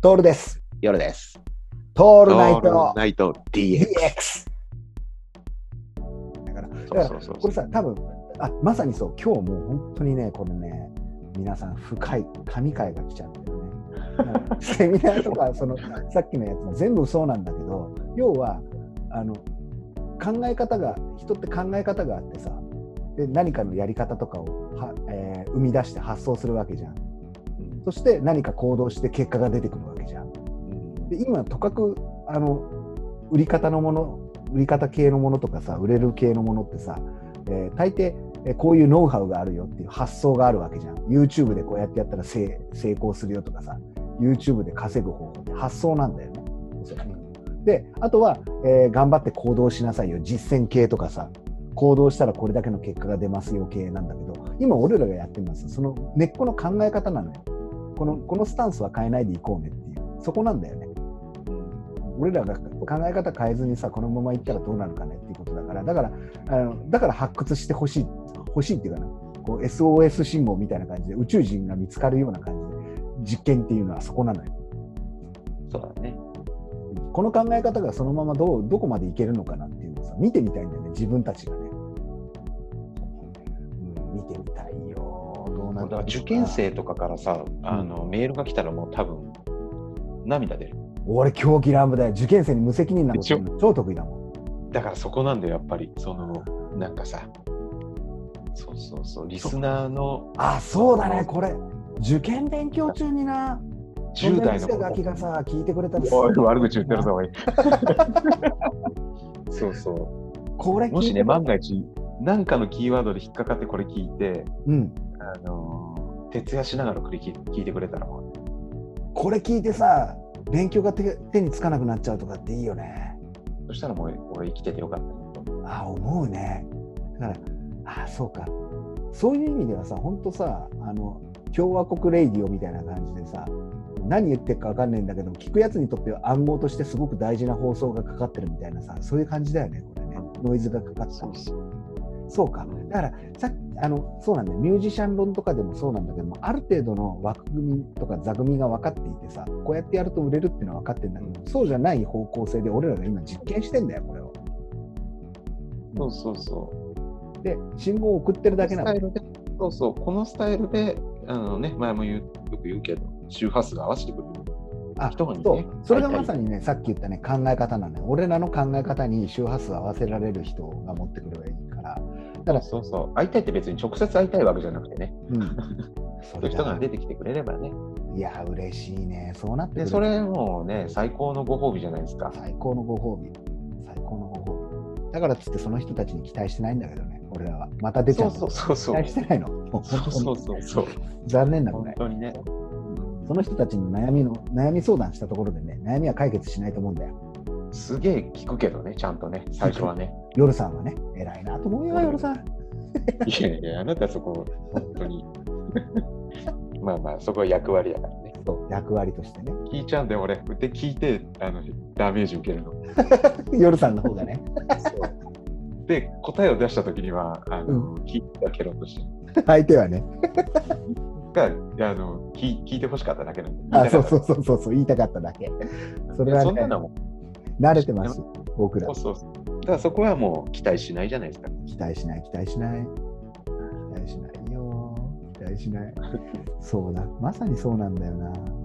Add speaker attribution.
Speaker 1: トールです。
Speaker 2: 夜です。
Speaker 1: ト
Speaker 2: オ
Speaker 1: ールナイト
Speaker 2: ナイト DX。
Speaker 1: DX。だから、
Speaker 2: そうそうそう
Speaker 1: これさ、多分あまさにそう、今日もう本当にね、これね、皆さん、深い、神回が来ちゃうん だよね。うんセミナーとか、そのさっきのやつも全部そうなんだけど、要はあの、考え方が、人って考え方があってさ、で何かのやり方とかをは、えー生み出して発想するわけじゃん。そして何か行動して結果が出てくるわけじゃん。で今とかくあの売り方のもの売り方系のものとかさ売れる系のものってさ、えー大抵えーこういうノウハウがあるよっていう発想があるわけじゃん YouTube でこうやってやったら成成功するよとかさ YouTube で稼ぐ方法って発想なんだよねおそらくであとは、えー頑張って行動しなさいよ実践系とかさ行動したらこれだけの結果が出ますよ系なんだけど今俺らがやってるのはさその根っこの考え方なのよこのこのスタンスは変えないでいこうねっていうそこなんだよね俺らが考え方変えずにさこのままいったらどうなるかねっていうことだからだからあのだから発掘してほしい欲しいっていうかなこう SOS 信号みたいな感じで宇宙人が見つかるような感じで実験っていうのはそこなのよ
Speaker 2: そうだね。
Speaker 1: この考え方がそのままどうどこまでいけるのかなっていうのをさ見てみたいんだよね自分たちがね、うん、見てみたいよどうな
Speaker 2: だ
Speaker 1: る
Speaker 2: から受験生とかからさ、あのメールが来たらもう多分涙出る。
Speaker 1: 俺狂気乱舞だよ受験生に無責任なこと言うの超得意だもん
Speaker 2: だからそこなんだよやっぱりそのなんかさ、そうそうそうリスナーの
Speaker 1: あそうだねこれ受験勉強中にな
Speaker 2: 10代の
Speaker 1: 子
Speaker 2: 子
Speaker 1: ガキがさ聞いてくれたら
Speaker 2: おい悪口言ってるぞおい。 そうそう。
Speaker 1: これ聞いて
Speaker 2: もしね万が一なんかのキーワードで引っかかってこれ聞いて、
Speaker 1: うん
Speaker 2: あのー徹夜しながらこれ聞い聞いてくれたらもう
Speaker 1: これ聞いてさ勉強が手手につかなくなっちゃうとかっていいよね
Speaker 2: そしたらもう俺生きててよかったなと思う。
Speaker 1: あ思うねだからあそうかそういう意味ではさほんとさあの共和国レイディオみたいな感じでさ何言ってるか分かんないんだけど聞くやつにとっては暗号としてすごく大事な放送がかかってるみたいなさそういう感じだよねこれねノイズがかかってたり
Speaker 2: そう。
Speaker 1: そうか、だからさっきあのそうなんだよミュージシャン論とかでもそうなんだけどもある程度の枠組みとか座組みが分かっていてさこうやってやると売れるっていうのは分かってるんだけど、そうじゃない方向性で俺らが今実験してんだよこれを
Speaker 2: そうそうそう。
Speaker 1: で信号を送ってるだけなの
Speaker 2: スタイルでそうそう、このスタイルで、あのね、前も言うよく言うけど、周波数が合わせてくる。
Speaker 1: あ
Speaker 2: 人がね
Speaker 1: そうそれがまさにねさっき言ったね考え方なのよ俺らの考え方に周波数を合わせられる人が持ってくればいいから、あ
Speaker 2: そうそう、会いたいって別に直接会いたいわけじゃなくてね、
Speaker 1: うん、 そ
Speaker 2: そういう
Speaker 1: れ
Speaker 2: 人
Speaker 1: だ
Speaker 2: が出てきてくれればね。
Speaker 1: いや嬉しいねそうなってく
Speaker 2: で、
Speaker 1: る
Speaker 2: それもうね、最高のご褒美じゃないですか。
Speaker 1: 最高のご褒美最高のご褒美だからっつってその人たちに期待してないんだけどね俺らはまた出ちゃ
Speaker 2: そう
Speaker 1: う
Speaker 2: そうそ
Speaker 1: 期
Speaker 2: うそう
Speaker 1: 待。してないのもう
Speaker 2: そ
Speaker 1: 本
Speaker 2: う
Speaker 1: 当に
Speaker 2: そうそうそう。
Speaker 1: 残念なこ
Speaker 2: 本
Speaker 1: れ
Speaker 2: 当にね。
Speaker 1: その人たちの悩みの悩み相談したところでね悩みは解決しないと思うんだよ
Speaker 2: すげえ聞くけどね、ちゃんとね、最初はね。
Speaker 1: 夜さんはね偉いなと思うよ
Speaker 2: うん
Speaker 1: 夜さん
Speaker 2: いやいや、あなたそこ、本当に。 まあまあ、そこは役割だからね。
Speaker 1: そう役割としてね
Speaker 2: 聞いちゃうんで、俺、で聞いて、あの、ダメージ受けるの。
Speaker 1: 夜さんの方がね
Speaker 2: で答えを出した時にはあ
Speaker 1: う
Speaker 2: の、聞いてあげろとして
Speaker 1: 相手はね
Speaker 2: があの聞聞いてほしかっただけなんだ
Speaker 1: あそうそううそうそうそう言いたかっただけそ
Speaker 2: そ
Speaker 1: れは
Speaker 2: んなの
Speaker 1: ね
Speaker 2: も
Speaker 1: 慣れてます僕ら
Speaker 2: そうそうそうだからそこはもう期待しないじゃないですか
Speaker 1: 期待しない期待しない期待しないよ期待しないそうだまさにそうなんだよな